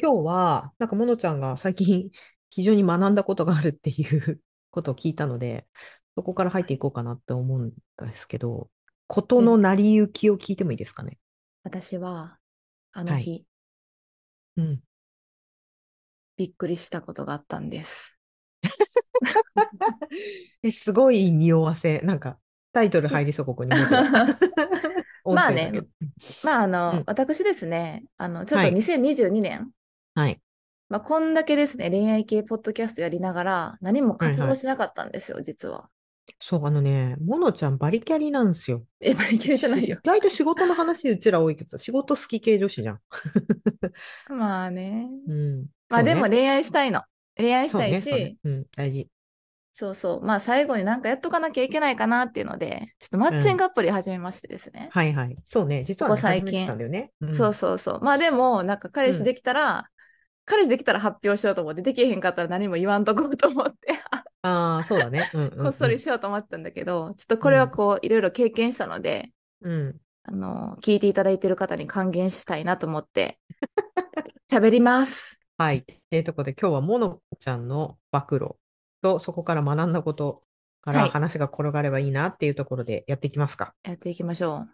今日は、なんか、ものちゃんが最近、 非常に学んだことがあるっていう ことを聞いたので、そこから入っていこうかなって思うんですけど、ことうんの成り行きを聞いてもいいですかね。私は、あのはい日、うん。びっくりしたことがあったんです。え、すごい匂わせ。なんか、タイトル入りそう、ここにもちろ ん。音まあ声ねだけど。 まあ、あの、うん私ですね、あの、ちょっはとい2022年、はい。まあ、こんだけですね、恋愛系ポッドキャストやりながら、何も活はいは動いしてなかったんですよ、実は。 そう、あのね、ものちゃんバリキャリなんです よ。え、バリキャリじゃないよし意。外と仕事の話、うちら多いけどさ、仕事好き系女子じゃん。 まあね。うん。まあ、そうでねも恋愛したいの。恋愛しそうたいね、し、そうね。うん、大事。そうそう。まあ、最後になんかやっとかなきゃいけないかなっていうので、ちょっとマッチングアプリ始めましてですね。はいはい。そうね、実はこね、こ最初めて近たんだよね。うんそうそうそう。まあでも、なんか彼う氏んできたら、彼氏できたら発表しようと思って、できへんかったら何も言わんとこうと思って、 ああ、そうだね。うんうんうんこっそりしようと思ってたんだけど、ちょっとこれはこう、いろいろ経験したので、うん。あの、聞いていただいてる方に還元したいなと思って、 喋ります。はい。っていうところで、今日はモノちゃんの暴露と、そこから学んだことかはらい話が転がればいいなっていうところでやっていきますか。やっていきましょう。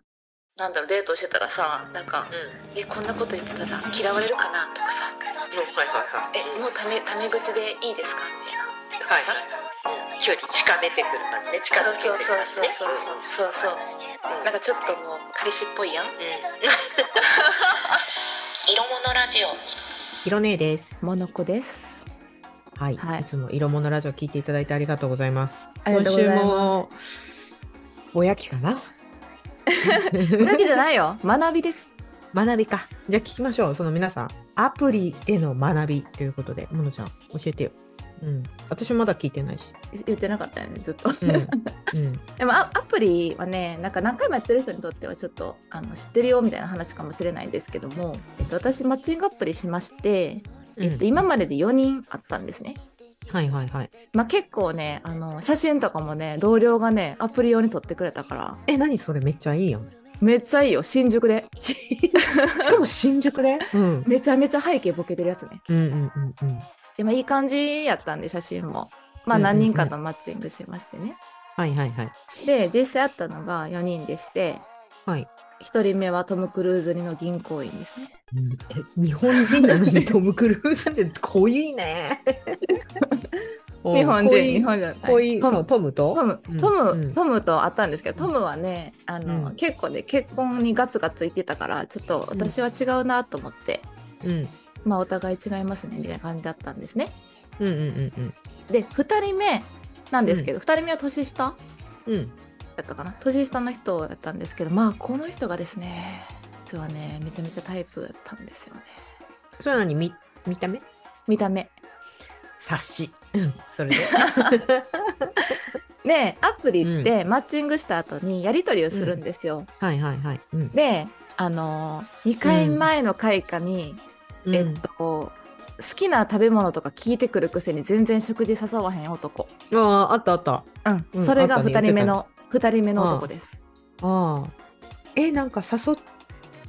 なんだろう、デートしてたらさ、なんか、え、こんなこと言ってたら嫌われるかなとかさ、はいはいはい。うため、ため口でいいですかみたいな。はいはい。距離近めてくる感じね。近づけてくる感じね。そうそう。なんかちょっともう彼氏っぽいやん。うん。 色物ラジオ。色ねえです。モノコです。はい。はいいつも色物ラジオ聞いていただいてありがとうございます。ありがとうございます今週も、おやきかなだけじゃないよ。学びです。学びか。じゃあ聞きましょう。その皆さん、アプリでの学びということで、ものちゃん、教えてよ。うん。私まだ聞いてないし。言ってなかったよね、ずっと。 うん。うん。でもアアプリはね、なんか何回もやってる人にとってはちょっとあの知ってるよみたいな話かもしれないんですけども、えっと、私マッチングアプリしまして、うでん、今までで4人あったんですね。はいはいはい。まあ、結構ねあの写真とかもね同僚がねアプリ用に撮ってくれたからえ、何それめっちゃいいやん。めっちゃいいよ新宿でししかも新宿で、うん、めちゃめちゃ背景ボケてるやつねうんうんうんうんで、まあ、いい感じやったんで写真もまうんうんうあん何人かとマッチングしましてね、はいはいはいで実際あったのが4人でしてはい、 1人目はトム・クルーズにの銀行員ですね。うんえ日本人なのにトム・クルーズって濃いねおう 日本濃人、い日本人。濃いトそのム、トムとトムうん、トム、うんトムと会ったんですけど、トムはね、あの、うん結構ね、結婚にガツガツいてたから、ちょっと私は違うなと思って、うんまあお互い違いますね、みたいな感じだったんですね。うんうんうんで、2人目なんですけど、2人目は年下うんうんだったかな年下の人だったんですけど、まあこの人がですね、実はね、めちゃめちゃタイプだったんですよね。それなのに見見た目見た目。察し、うん、それででアプリってマッチングした後にやり取りをするんですよ。はいはいはい、うんであの2回前の回かに、うんえっと好きな食べ物とか聞いてくるくせに全然食事誘わへん男、あーあったあったうんうんそれあがったね2人目言の、二人目の男です。ああえなんか誘っ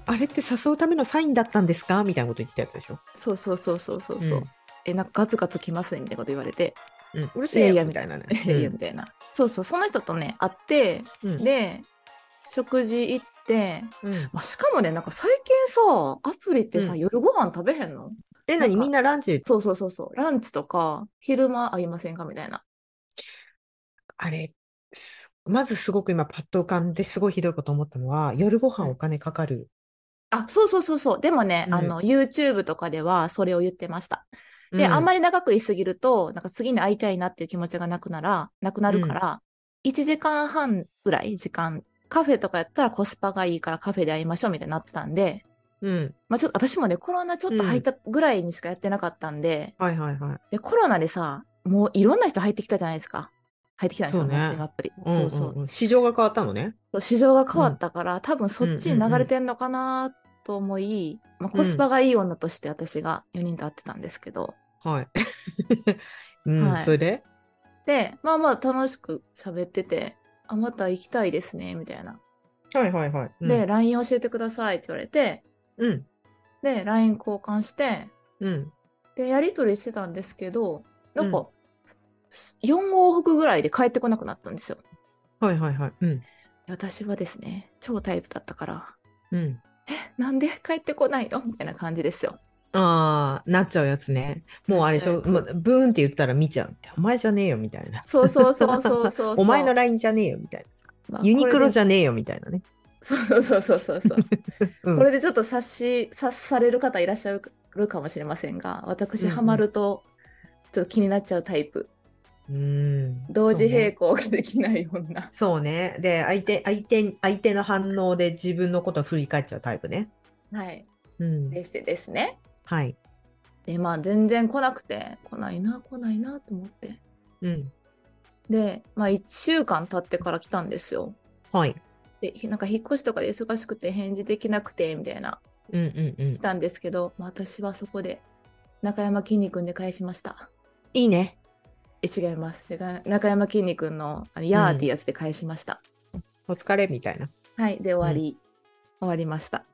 あれって誘うためのサインだったんですかみたいなこと言ってたやつでしょそうそうそうそうそうそう、うんえなんかガツガツ来ますねみたいなこと言われてうん、うるせえよいやいやみたい なね。 「いやいや」みたいな、そうそうその人とね会ってうんうんで食事行って、うんまあ、しかもねなんか最近さアプリってさ、うん夜ご飯食べへんのえ、なん何かみんなランチ、そうそうそうそう。ランチとか、昼間会いませんかみたいな。あれ、すまずすごく今パッと浮かんですごいひどいこと思ったのは、夜ご飯お金かかる。あ、そうそうそうそう。でもね、うんあの、YouTube とかではそれを言ってました。で、あんまり、り長く言いすぎると、なんか次に会いたいなっていう気持ちがなくなら、なくなるから、1時間半ぐらい時間、カフェとかやったらコスパがいいからカフェで会いましょうみたいになってたんで、うん、まあちょっと私もね、コロナちょっと入ったぐらいにしかやってなかったんで、はいはいはい。で、コロナでさ、もういろんな人入ってきたじゃないですか。入ってきたんですよ、そうねマッチングアプリ。うんそうそう。んん市場が変わったのね。そう市場が変わったから、多分そっちに流れてんのかなと思い、まあ、コスパがいい女として私が4人と会ってたんですけど、はい。 うん、はいそれででまあまあ楽しく喋ってて「あまた行きたいですね」みたいな。はいはいはい。うんで、LINE 教えてくださいって言われてうん。で LINE 交換してうん。でやり取りしてたんですけどなんうんか、4往復ぐらいで帰ってこなくなったんですよ。はいはいはい。うん。私はですね超タイプだったからうん。なんで帰ってこないのみたいな感じですよ。ああ、なっちゃうやつね。もうあれでしょ、なっちゃうやつもうブーンって言ったら見ちゃうって。お前じゃねえよみたいな。そうそうそうそうそ うお前の LINE じゃねえよみたいなさ。まあユニクロじゃゃねえよみたいなね。そうそうそうそうそう。うんこれでちょっと察し察される方いらっしゃるかもしれませんが私うんうんハマるとちょっと気になっちゃうタイプ、うん。同時そう並ね行ができない女そうね。で、相手、相手、相手の反応で自分のことを振り返っちゃうタイプね。はいうん。でしてですねはい。でまあ全然来なくて来ないな来ないなと思ってうん。でまあ1週間経ってから来たんですよはい。でひなんか引っ越しとかで忙しくて返事できなくてみたいなうんうんうん来。たんですけど、まあ、私はそこで中山きんに君で返しましたいいね。え違いますでが中山きんに君のあのヤーっていうやつで返しました、お疲れみたいな。はい、で終わり、終わりました。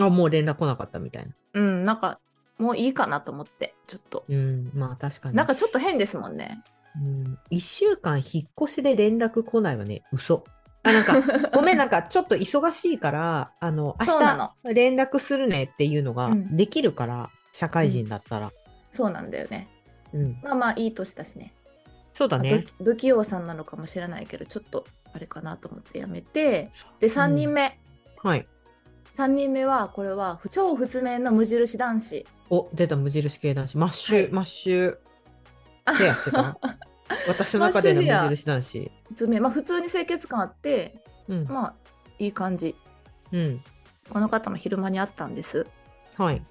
あ、もう連絡来なかったみたいな。うん、なんかもういいかなと思って、ちょっと。うん。まあ確かに。なんかちょっと変ですもんね。うん、1週間引っ越しで連絡来ないわね、嘘。あ、 なんか、ごめん、なんかちょっと忙しいから、あの、そうな明の日連絡するねっていうのがうんできるから、社会人だったら。そうなんだよね。うん。まあまあいい年だしね。そうだね。不不器用さんなのかもしれないけど、ちょっとあれかなと思ってやめて。で、3人目。はい。 3人目は、これは超普面の無印男子。お、出た無印系男子。マッシュ、はいマッシュ。ヘアして た私の中での無印男子。普通面、まあ普通に清潔感あって、うん。まあいい感じ。うん。この方も昼間にあったんです。はい。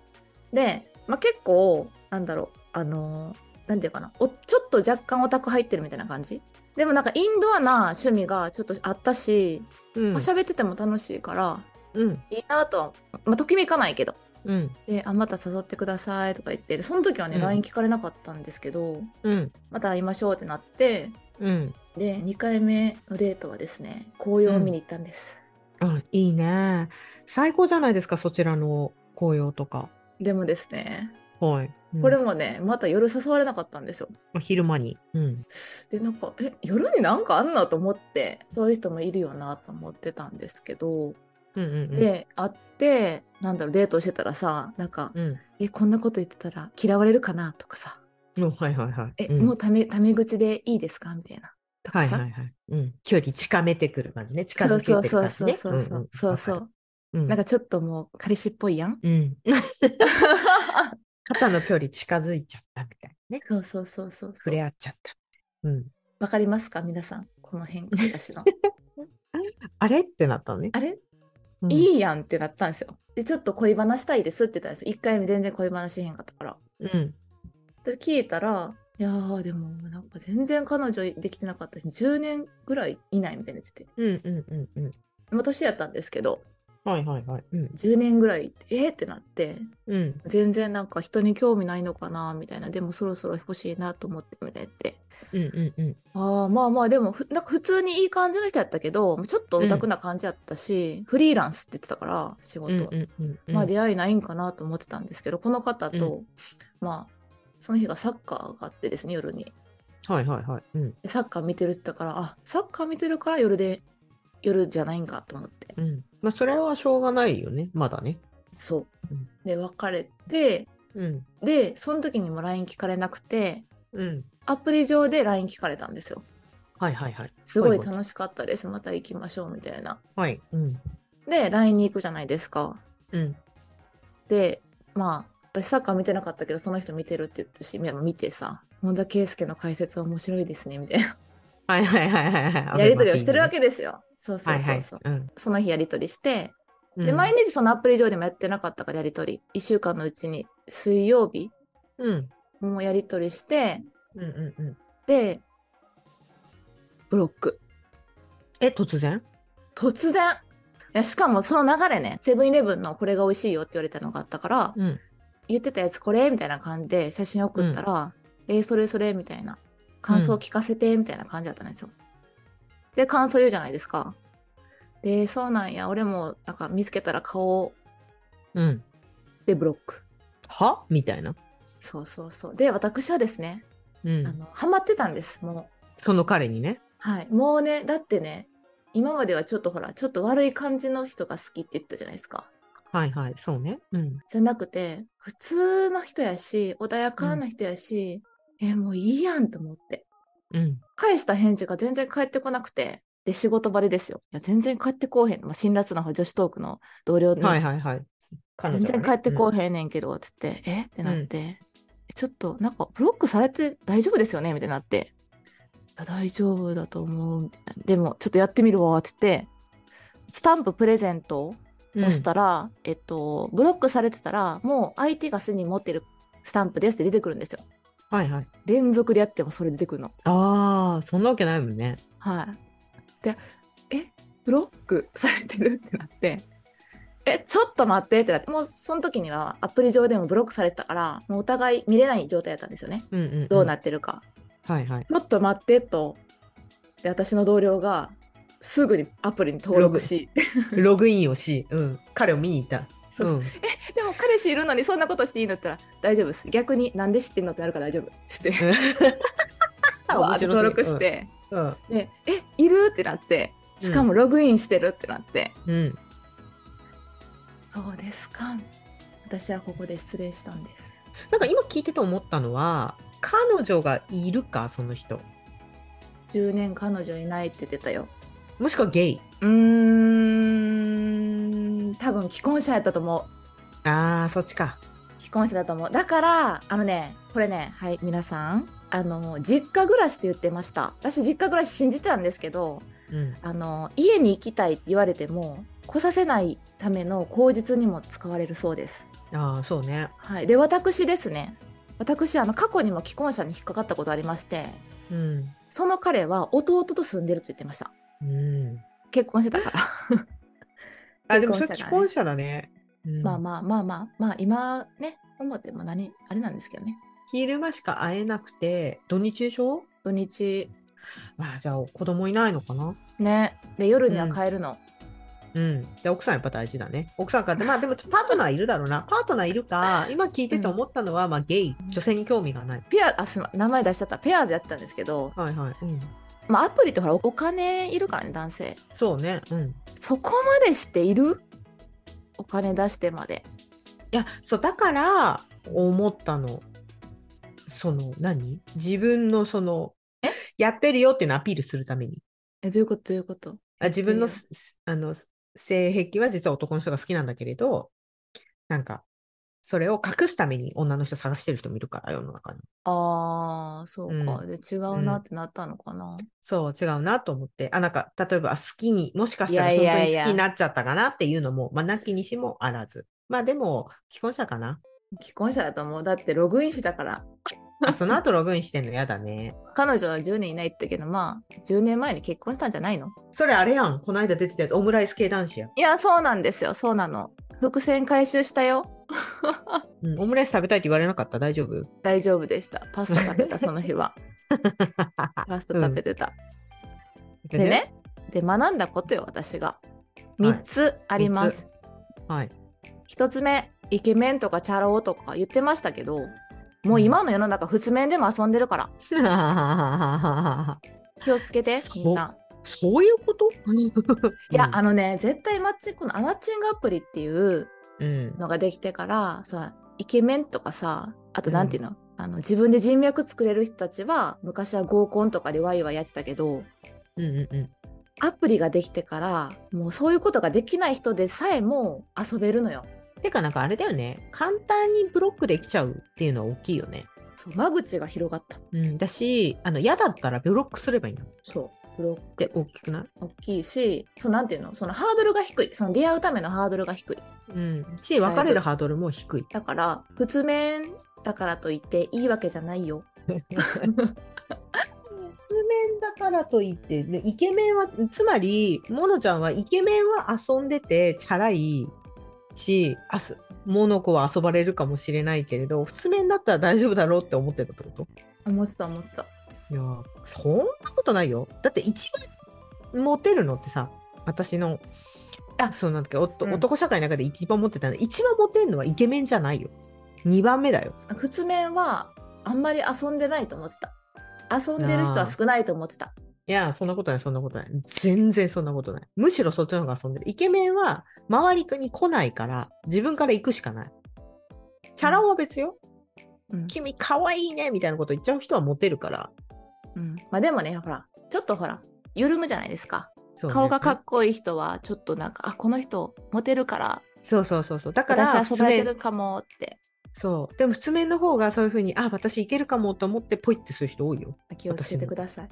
で、まあ、結構なんだろうあのーなんていうかなおちょっと若干オタク入ってるみたいな感じでもなんかインドアな趣味がちょっとあったし、うんまあ。喋ってても楽しいからうん。いいなとは、まあ、ときめかないけどうん。であまた誘ってくださいとか言ってでその時はね、うん LINE 聞かれなかったんですけどうん。また会いましょうってなってうん。で2回目のデートはですね紅葉を見に行ったんです、あ、いいね。最高じゃないですか、そちらの紅葉とか。でもですねはい。うんこれもね、また夜誘われなかったんですよまあ昼間に。うん。でなんかえ夜になんかあんなと思ってそういう人もいるよなと思ってたんですけど、うんうんうん。で会ってなんだろうデートしてたらさなんか、うん。えこんなこと言ってたら嫌われるかなとかさおはいはいはい。え、うんもうためタメ口でいいですかみたいなはとかいさ、はいはい。うん。距離近めてくる感じね。近そうづそけうてるそう感じそね。うそうそうそうそう、うん。なんか、かちょっともう彼氏っぽい やんうん。肩の距離近づいちゃったみたいなね。そうそうそうそうそ触うれ合っちゃった。うん。わかりますか皆さんこ の変化私のあれってなったのね。あれうんいいやんってなったんですよでちょっと恋話したいですって言ったんです1回目全然恋話しへんかったからうん。で聞いたら「いやーでもなんか全然彼女できてなかったし10年ぐらいいない」みたいな言っててうんうんうんうん。まあ年やったんですけどはいはいはい。うん。 10年ぐらいってえー、ってなってうん。全然なんか人に興味ないのかなみたいなでもそろそろ欲しいなと思ってみたいな言ってうんうんうん。あーまあまあでもふなんか普通にいい感じの人やったけどちょっとオタクな感じやったし、フリーランスって言ってたから仕事、うんうんうんうん。まあ出会いないんかなと思ってたんですけどこの方と、まあその日がサッカーがあってですね夜にはいはいはい。うん。でサッカー見てるって言ったからあサッカー見てるから夜で夜じゃないんかと思ってうん。まあ、それはしょうがないよね。まだね。そううんで別れてうん。でその時にも LINE 聞かれなくてうん。アプリ上で LINE 聞かれたんですよはいはいはい。すごい恋も楽しかったですまた行きましょうみたいなはい。うん。で LINE に行くじゃないですかうん。でまあ私サッカー見てなかったけどその人見てるって言ったしみ見てさ本田圭佑の解説面白いですねみたいなはいはいはいはいはい。やり取りをしてるわけけですよ。そうそうはいはそういそう、。うん。その日やり取りしてでで毎日そのアプリ上でもやってなかったからやり取り1週間のうちに水曜日うんもうやり取りしてうんうんうん。でブロックえ、突然突然いやしかもその流れねセブンイレブンのこれが美味しいよって言われたのがあったからうん。言ってたやつこれみたいな感じで写真送ったら、えーそれそれみたいな感想聞かせてみたいな感じだったんですよ、で感想言うじゃないですかでそうなんや俺もなんか見つけたら顔うん。でブロックはみたいな。そうそうそう。で、私はですね、うんあの、ハマってたんです、もう。その彼にね。はい。もうね、だってね、今まではちょっとほら、ちょっと悪い感じの人が好きって言ってたじゃないですか。はいはい、そうね。うん。じゃなくて、普通の人やし、穏やかな人やし、え、もういいやんと思って。うん。返した返事が全然返ってこなくて、で、仕事場でですよ。いや、全然返ってこうへん。まあ、辛辣な女子トークの同僚の、はいはいはい。彼全女が然ね帰ってこうへんねんけど、つって、えってなって、えちょっとなんかブロックされて大丈夫ですよねみたいになって、いや大丈夫だと思うみたいな。でも、ちょっとやってみるわ、つって、スタンププレゼントうんをしたら、えっと、ブロックされてたら、もう相手がすでに持ってるスタンプですって出てくるんですよ。はいはい。連続でやってもそれ出てくるの。ああ、そんなわけないもんね。はい。で、え、ブロックされてるってなって、え、ちょっと待ってってなって、もうその時にはアプリ上でもブロックされてたから、もうお互い見れない状態だったんですよね。うんうん、うん。どうなってるか。はいはい。ちょっと待ってと、で、私の同僚がすぐにアプリに登録し、ログインをし、うん。彼を見に行った。そうそううん。 でも彼氏いるのにそんなことしていいんだったら大丈夫です。逆になんで知ってんのってなるから大丈夫っつ って、わーって登録して、うん。で、え、いるってなって、しかもログインしてるってなって、うん。そうですか。私はここで失礼したんです。なんか今聞いてて思ったのは、彼女がいるか、その人。 10年彼女いないって言ってたよ。もしくはゲイ。うーん、多分既婚者やったと思ああ、そっちか。う。既婚者だと思う。だから、あのね、これね、はい、皆さん、あの、実家暮らしって言ってました。私、実家暮らし信じてたんですけど、うん。あの、家に行きたいって言われても、来させないための口実にも使われるそうです。ああ、そうね。はい。で、私ですね。私、あの、過去にも既婚者に引っかかったことありまして、うん。その彼は弟と住んでると言ってました。うん。結婚してたから。あ、でもそれ既既婚婚者だね。うんまあまあまあまあ、まあ今ね、思っても何、あれなんですけどね。昼間しか会えなくて、土日でしょ土日、ああ、じゃあ子供いないのかなね。で、夜には帰るの。うん。で、奥さんやっぱ大事だね。奥さんかって、まあでもパートナーいるだろうな。パートナーいるか、今聞いてて思ったのは、まあゲイ、女性に興味がない。ペア、あ、すま、名前出しちゃった。ペアーズやってたんですけど、はいはい。うん。まあアプリってほら、お金いるからね、男性。そうね。うん。いそこまでしているお金出してまで。や、そう、だから、思ったの。その、何自分のその、やってるよっていうのをアピールするために。え、どういうことどういうことあ自分いのいよすすあのす性癖は実は男の人が好きなんだけれど、なんか、それを隠すために女の人探してる人もいるから、世の中に。ああ、そうか。うで、違うなってなったのかな。そう、違うなと思って。あ、なんか、例えば、あ好きに、もしかしたらい本やい当やいに好やきになっちゃったかなっていうのも、まあ、なきにしもあらず。まあ、でも、既婚者かな。既婚者だと思う。だって、ログインしてたから。あ、その後ログインしてんのやだね。彼女は10年いないって言ったけどまあ10年前に結婚したんじゃないのそれあれやん。この間出てたやつ、オムライス系男子や。いやそうなんですよそうなの伏線回収したようん、オムライス食べたいって言われなかった大丈夫大丈夫でしたパスタ食べ たその日は パスタ食べてた、ででね。で学んだことよ私がはい3つあります、はい。 1つ目イケメンとかチャラ男とか言ってましたけどもう今の世の中普通面でも遊んでるから気をつけてそうみんなそういうこといや、うんあのね絶対マッチこのアマッチングアプリっていううん。のができてからさイケメンとかさあとなんていうの,、あの自分で人脈作れる人たちは昔は合コンとかでワイワイやってたけどうんうんうん。アプリができてからもうそういうことができない人でさえも遊べるのよてか、なんかあれだよね。簡単にブロックできちゃうっていうのは大きいよね。そう間口が広がったうん。だし、あの、嫌だったらブロックすればいいの。っそうブロッて大きくないク大きいしそうなんていうのそのハードルが低いその出会うためのハードルが低いうん。し、だいぶ別れるハードルも低 い。 だから普通面だからといっていいわけじゃないよスメンだからといって、ね、イケメンは、つまり、モノちゃんはイケメンは遊んでて、チャラいし、あす、モノコは遊ばれるかもしれないけれど、普通面だったら大丈夫だろうって思ってたってこと 思ってた思ってたいやーそんなことないよ。だって一番モテるのってさ、私の、あそうなんだけど、おっとうん男社会の中で一番モテたの、一番モテるのはイケメンじゃないよ。 2番目だよ。普通面はあんまり遊んでないと思ってた。遊んでる人は少ないと思ってた。いや、そんなことない、そんなことない。全然そんなことない。むしろそっちの方が遊んでる。イケメンは周りに来ないから、自分から行くしかない。チャラ男は別よ。うん君、可愛いねみたいなこと言っちゃう人はモテるから。うんまあでもね、ほら、ちょっとほら、緩むじゃないですか。そうね顔がかっこいい人は、ちょっとなんか、あ、この人、モテるから、そうそうそうそう。だから、私遊ばれて普通るかもって、面そう。でも、普通面の方がそういうふうに、あ、私いけるかもと思って、ポイってする人多いよ。気をつけてください。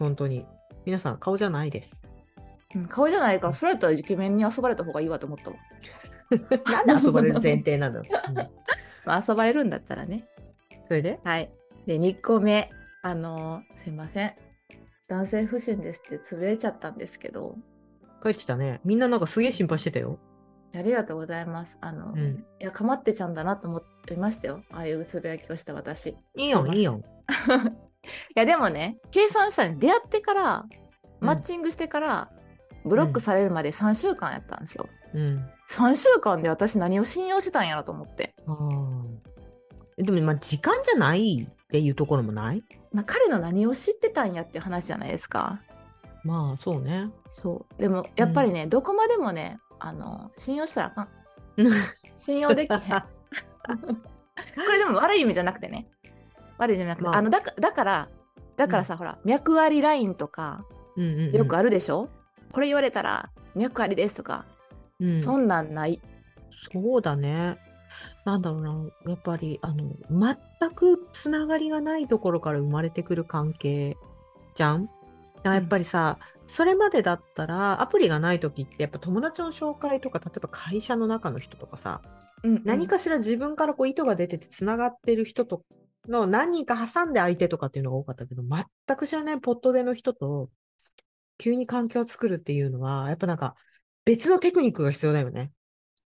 本当に。皆さん、顔じゃない です。うん、顔じゃないから、それやったらイケメンに遊ばれた方がいいわと思ったもん。なんで遊ばれる前提 なの、うんまあ、遊ばれるんだったらね。それではい。で、2個目。あのーすいません。男性不信ですってつぶやいちゃったんですけど、帰ってきたね。みんななんかすげえ心配してたよ。ありがとうございます。あの、ういん。や、かまってちゃんだなと思っていましたよ。ああいうつぶやきをした私。いいいよ、いいよ。や、でもね、計算したら出会ってから、うんマッチングしてから、ブロックされるまで3週間やったんですよ。うん。 3週間で私何を信用してたんやろと思って。あーえでも、まあ、時間じゃないっていうところもないな彼の何を知ってたんやっていう話じゃないですか。まあ、そうね。 そう。でも、やっぱりね、どこまでもね、あの、信用したらあかん。信用できへん。 これでも悪い意味じゃなくてね。悪い意味じゃなくて。まああのだかだから、だからさ、ほら、脈ありラインとか、うんうんうんよくあるでしょ、これ言われたら、脈ありですとか、うんそんなんない。そうだね。なんだろうな、やっぱりあの全くつながりがないところから生まれてくる関係じゃん。だからやっぱりさ、それまでだったらアプリがない時ってやっぱ友達の紹介とか例えば会社の中の人とかさ、うん何かしら自分からこう意図が出ててつながってる人との何人か挟んで相手とかっていうのが多かったけど全く知らないポットでの人と急に関係を作るっていうのはやっぱなんか別のテクニックが必要だよね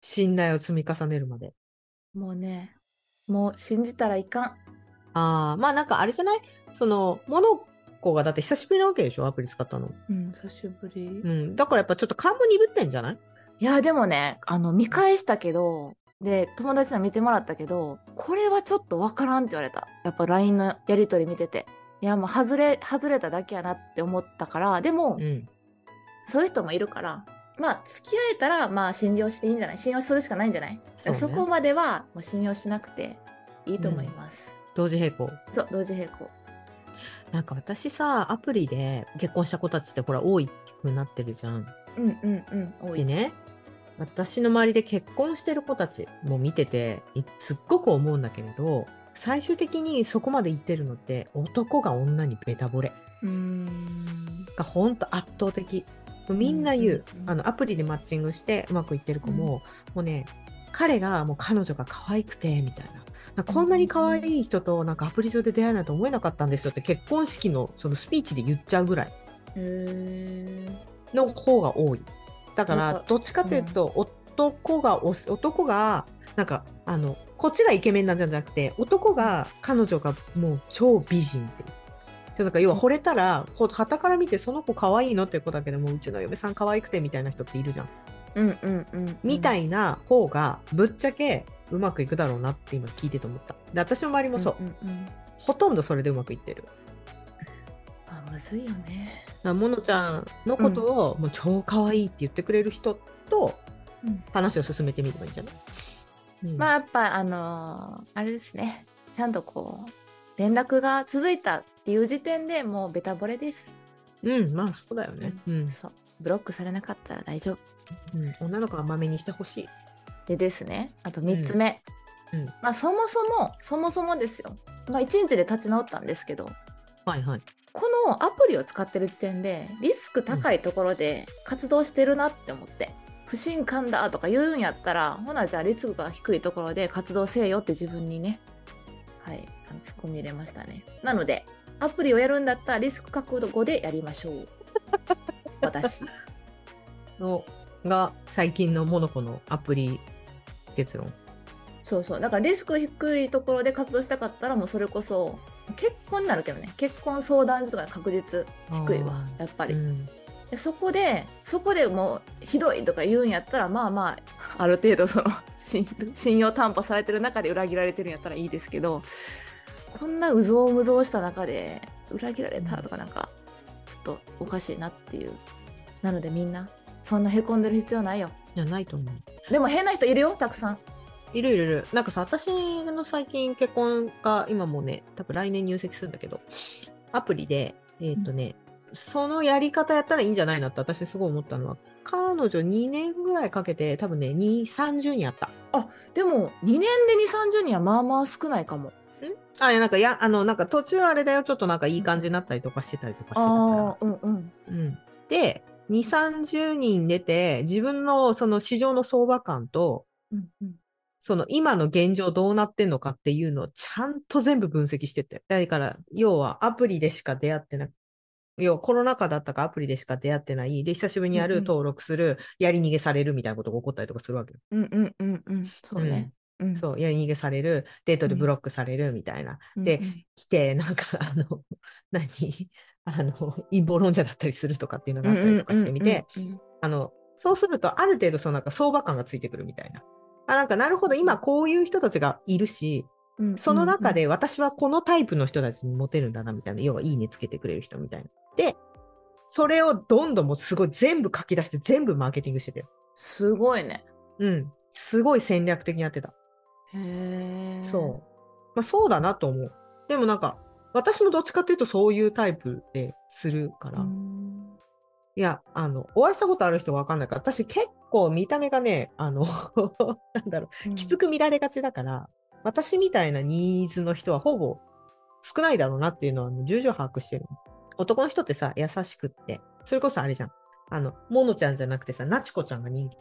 信頼を積み重ねるまでもうね、もう信じたらいかん。ああまあなんかあれじゃないそのモノコがだって久しぶりなわけでしょアプリ使ったの、うん、久しぶり。ういん、だからやっぱちょっと勘も鈍ってんじゃないや、でもね、あの、見返したけど、で、友達に見てもらったけど、これはちょっとわからんって言われた。やっぱ LINE のやりとり見てて。いや、もう外れ、外れただけやなって思ったから、でも、うんそういう人もいるから、まあ、付き合えたら、まあ、信用していいんじゃない信用するしかないんじゃないそ,、そうねこまでは、もう信用しなくていいと思います。同時並行そう、同時並行。なんか私さアプリで結婚した子たちってほら多いってふうになってるじゃんうんうんうん、多でい。ね私の周りで結婚してる子たちも見てていすっごく思うんだけれど最終的にそこまで行ってるのって男が女にベタ惚れうーん。がほんと圧倒的もうみんな言う,、うんうんうんあのアプリでマッチングしてうまくいってる子も、もうね彼がもう彼女が可愛くてみたいな。なんかこんなに可愛い人となんかアプリ上で出会えるなんて思えなかったんですよって結婚式のそのスピーチで言っちゃうぐらいへーの方が多い。だかなんらかどっちかというと、男がおす男がなんかあのこっちがイケメンなんじゃなくて男が彼女がもう超美人っていう。でなんか要は惚れたらこう傍から見てその子可愛いのって子だけどもううちの嫁さん可愛くてみたいな人っているじゃんうんうんうん。みたいいな方がぶっちゃけうまくいくだろうなって今聞いてて思ったで私の周りもそう、んうんうんほとんどそれでうまくいってるまあ、むずいよね。なものちゃんのことを、もう超可愛いって言ってくれる人とうん話を進めてみればいいんじゃない、うんまあ、やっぱ、あのーあれですね。ちゃんとこう、連絡が続いたっていう時点でもう、ベタ惚れです。うんまあそうだよね、うんそう。ブロックされなかったら大丈夫。うん女の子はまめにしてほしいでですねあと3つ目、うんうんまあそもそもそもそもですよ、まあ、1日で立ち直ったんですけどはいはいこのアプリを使ってる時点でリスク高いところで活動してるなって思って、不信感だとか言うんやったらほなじゃあリスクが低いところで活動せえよって自分にねはいあの突っ込み入れましたねなのでアプリをやるんだったらリスク覚悟でやりまし ょう私のが最近のモノコのアプリ結論そうそうだからリスク低いところで活動したかったらもうそれこそ結婚になるけどね結婚相談所とか確率低いわあやっぱり、うんでそこでそこでもうひどいとか言うんやったらまあまあある程度その 信信用担保されてる中で裏切られてるんやったらいいですけどこんなうぞうむぞうした中で裏切られたとかなんかちょっとおかしいなっていうなのでみんなそんなへこんでる必要ないよいやないと思うでも変な人いるよたくさんいるいるいるなんかさ私の最近結婚が今もうね多分来年入籍するんだけどアプリでえっ、とね、そのやり方やったらいいんじゃないなって私すごい思ったのは彼女2年ぐらいかけて多分ね2 30にあったでも2年で2 3 0人はまあまあ少ないかもあいやなんかやあのなんか途中あれだよちょっとなんかいい感じになったりとかしてたりとかしてたからああーうんうんうん、で2 3 0人出て自分のその市場の相場感とうんうんその今の現状どうなってんのかっていうのをちゃんと全部分析してって。だから、要はアプリでしか出会ってない。要はコロナ禍だったからアプリでしか出会ってない。で、久しぶりにやる、うんうん登録する、やり逃げされるみたいなことが起こったりとかするわけよ。うんうんうんうんそうね、うんそう、やり逃げされる、デートでブロックされるみたいな。うんでうん来て、なんか、あの、 何あの、陰謀論者だったりするとかっていうのがあったりとかしてみて、うんうんうんうんあの、そうすると、ある程度、そのなんか相場感がついてくるみたいな。あ、なんか、なるほど、今こういう人たちがいるし、うんうんその中で私はこのタイプの人たちにモテるんだなみたいな、要はいいねつけてくれる人みたいな。で、それをどんどんもうすごい全部書き出して全部マーケティングしてたよ。すごいねうん。すごい戦略的にやってた。へえそう。まあそうだなと思う。でもなんか、私もどっちかっていうとそういうタイプでするから。うんいや、あの、お会いしたことある人わかんないから、私結構見た目がね、あの、 なんだろう、うんきつく見られがちだから、私みたいなニーズの人はほぼ少ないだろうなっていうのは、重々把握してる。男の人ってさ、優しくって、それこそあれじゃん。あの、モノちゃんじゃなくてさ、ナチコちゃんが人気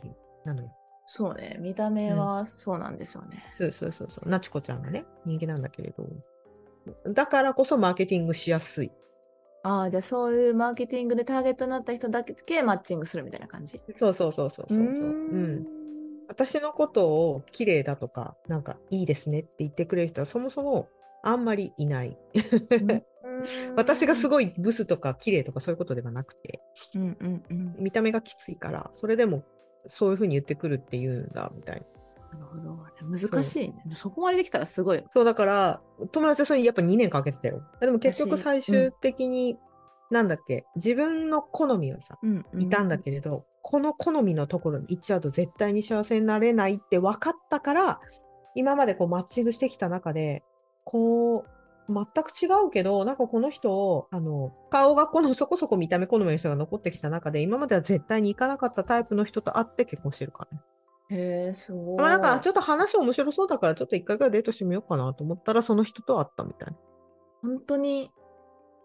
なのよ。そうね見た目はそうなんですよね、そうそうそうそう、ナチコちゃんがね、人気なんだけれど。だからこそマーケティングしやすい。ああじゃあそういうマーケティングでターゲットになった人だけマッチングするみたいな感じそうそうそうそうそうそう。うん。私のことを綺麗だとか、なんかいいですねって言ってくれる人はそもそもあんまりいない。 私がすい、ごいブスとか綺麗とかそういうことではなくて、うんうんうん、見た目がきついから、それでもそういうふうに言ってくるっていうんだみたいな。なるほど難しいねそこまでできたらすごいよそうだから、友達はそれやっぱ2年かけてたよ。でも結局私最終的に、なんだっけ、自分の好みはさ、うんうんいたんだけれど、この好みのところに行っちゃうと絶対に幸せになれないって分かったから今までこうマッチングしてきた中でこう全く違うけどなんかこの人あの顔がこのそこそこ見た目好みの人が残ってきた中で今までは絶対に行かなかったタイプの人と会って結婚してるからね。へえすごい、まあ、なんかちょっと話面白そうだからちょっと一回ぐらいデートしてみようかなと思ったらその人と会ったみたいな。本当に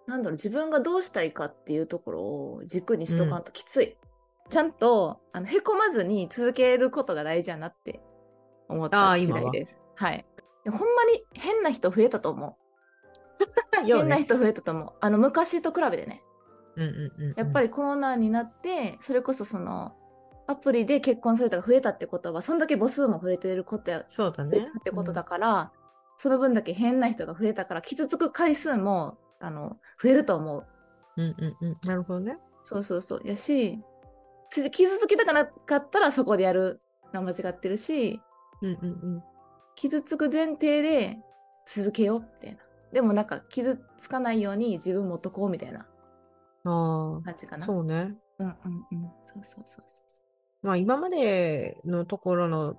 なんだろう自分がどうしたいかっていうところを軸にしとかんときつい、ちゃんとあのへこまずに続けることが大事やなって思っあたー次今は第ですはいいやほんまに変な人増えたと思 う変な人増えたと思うあの昔と比べてねやっぱりりコロナになって、それこそそのアプリで結婚する人が増えたってことはそんだけ母数も増えてることやそうだ増えねてる。ってことだから、その分だけ変な人が増えたから傷つく回数もあの増えると思ううんうんうん、なるほどね。そうそうそうやしつ傷つきたくなかったらそこでやるのは間違ってるしうんうんうん傷つく前提で続けようみたいなでもなんか傷つかないように自分持っとこうみたいなあ感じかあ、なそうね。うんうんうんそうそうそうそうまあ、今までのところの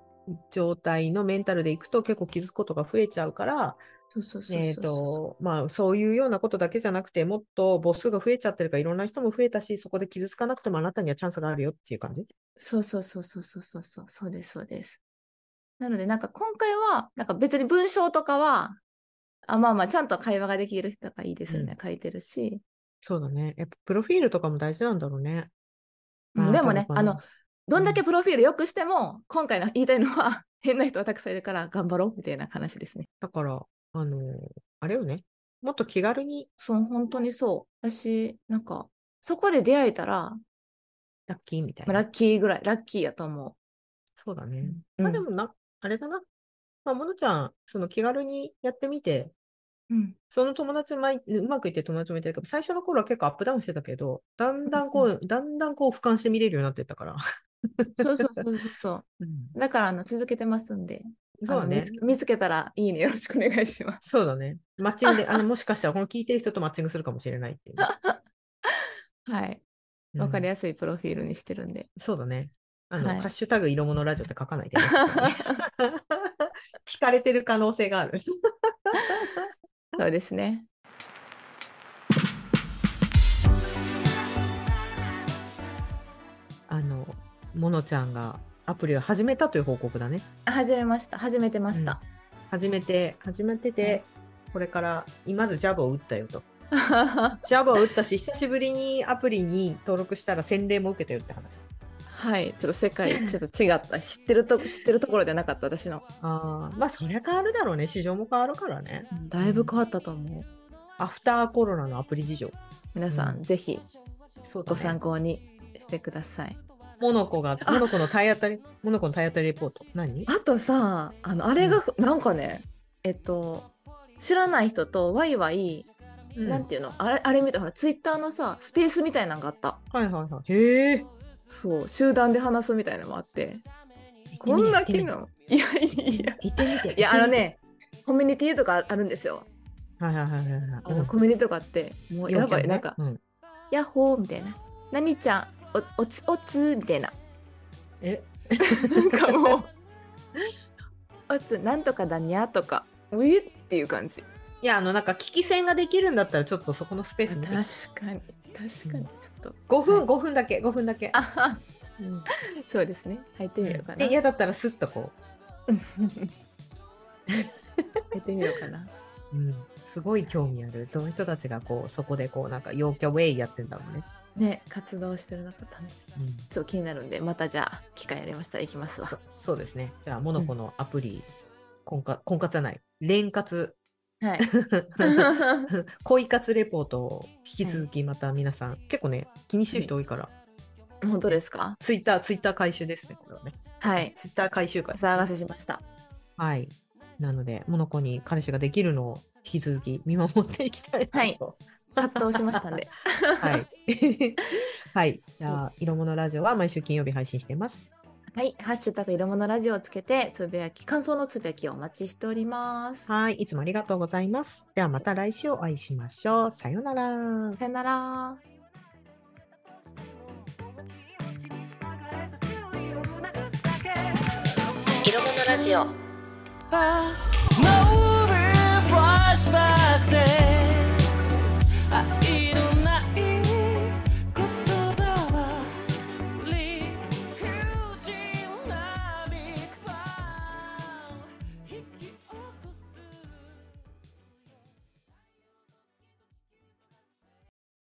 状態のメンタルでいくと結構気づくことが増えちゃうから、そうそうそうそうえっと、まあ、そういうようなことだけじゃなくて、もっと母数が増えちゃってるから、いろんな人も増えたし、そこで傷つかなくてもあなたにはチャンスがあるよっていう感じ。そうそうそうそうそうそうそうそうですそうです。なのでなんか今回はなんか別に文章とかはあまあまあちゃんと会話ができる人がいいですよね、書いてるし、そうだね。やっぱプロフィールとかも大事なんだろうね。うんあでもねなたあどんだけプロフィール良くしても今回の言いたいのは 変な人はたくさんいるから頑張ろうみたいな話ですね。だから、あの、あれよね。もっと気軽にそう本当にそう私なんかそこで出会えたら、ラッキーみたいまあな。ラッキーぐらいラッキーやと思そうだう。ね。うんまあでもな、あれだな。まあ、ものちゃん、その気軽にやってみて、 うん。その友達もい、うまくいってる友達もいたけど、最初の頃は結構アップダウンしてたけど、だんだんこう、だんだんこう俯瞰して見れるようになってったから。そうそうそうそうそう。だから、あの、続けてますんで、 そうだあの見ねつ。見つけたらいいね。よろしくお願いします。そうだね。マッチングで、あの、もしかしたらこの聞いてる人とマッチングするかもしれないっていうね。はい。 わかりややすいプロフィールにしてるんで。すい。そうだね。あの、はいハッシュタグ色物ラジオって書かないでね。 聞かれてる可能性がある。そうですね。あの、モノちゃんがアプリを始めたという報告だね。始めました。始めてました。始めて、始めてて、これから、まずジャブを打ったよと。ジャブを打った し、久しぶりにアプリに登録したら洗礼も受けたよって話。はい。ちょっと世界、ちょっと違った。知ってると、知ってるところではなかった、私の。ああ、まあそりゃ変わるだろうね。市場も変わるからね。だいぶ変わったと思う。アフターコロナのアプリ事情。皆さん、うんぜひそうだごね参考にしてください。モノコ が、モノコの体当たり、モノコの体当たりレポート。何あとさ、あの、あれが、なんかね、えっと、知らない人とワイワイ、うんなんていうの、あれ、あれ見たほら、ツイッターのさ、スペースみたいなのがあった。はいはいはい。へえ。そう、集団で話すみたいなのもあって、こ行ってみるんな機。能。いやいや。行ってみて。いやあの。ねコミュニティとかあるんですよ。はいはいはいはいはい。あのコミュニティとかってもうやばい、なんかううん「ヤッホー」みたいな「何ちゃんおおつおつ」みたいなえ、 なんかもう「おつなんとかだにゃ」とか「うえ」っていう感じ。いや、あの、なんか、聞き戦ができるんだったら、ちょっとそこのスペース確見てかに確かにちょっと、 5は分、い5分だけ、5分だけ。あはうんそうですね入ってみようかな。で、嫌だったら、スッとこうん入ってみようかな。う、うん。すごい興味ある。どの人たちが、こう、そこで、こう、なんか、陽キャウェイやってんだろうね。ね活動してるのが楽しい。うんちょっと気になるんでまたじゃあ機会ありましたら行きますわ。そそうですね。じゃあ、モノコのアプリ、婚活、婚活じゃない、恋 活、はい。恋活レポートを引き続き、また皆さん、結構ね、気にしてる人多いから、本当ですかツイッター、ツイッター回収ですね、これはね。はい。ツイッター回収お会。騒がせしました。はい。なので、モノコに彼氏ができるのを引き続き見守っていきたいなはいと。活動しましたんで。 はい。はい。じゃあ、色物ラジオは毎週金曜日配信してます。はい。ハッシュタグ色物ラジオをつけて、つぶやき、感想のつぶやきをお待ちしております。はい。いつもありがとうございます。ではまた来週お会いしましょう。さようなら。さよなら。色物ラジオ No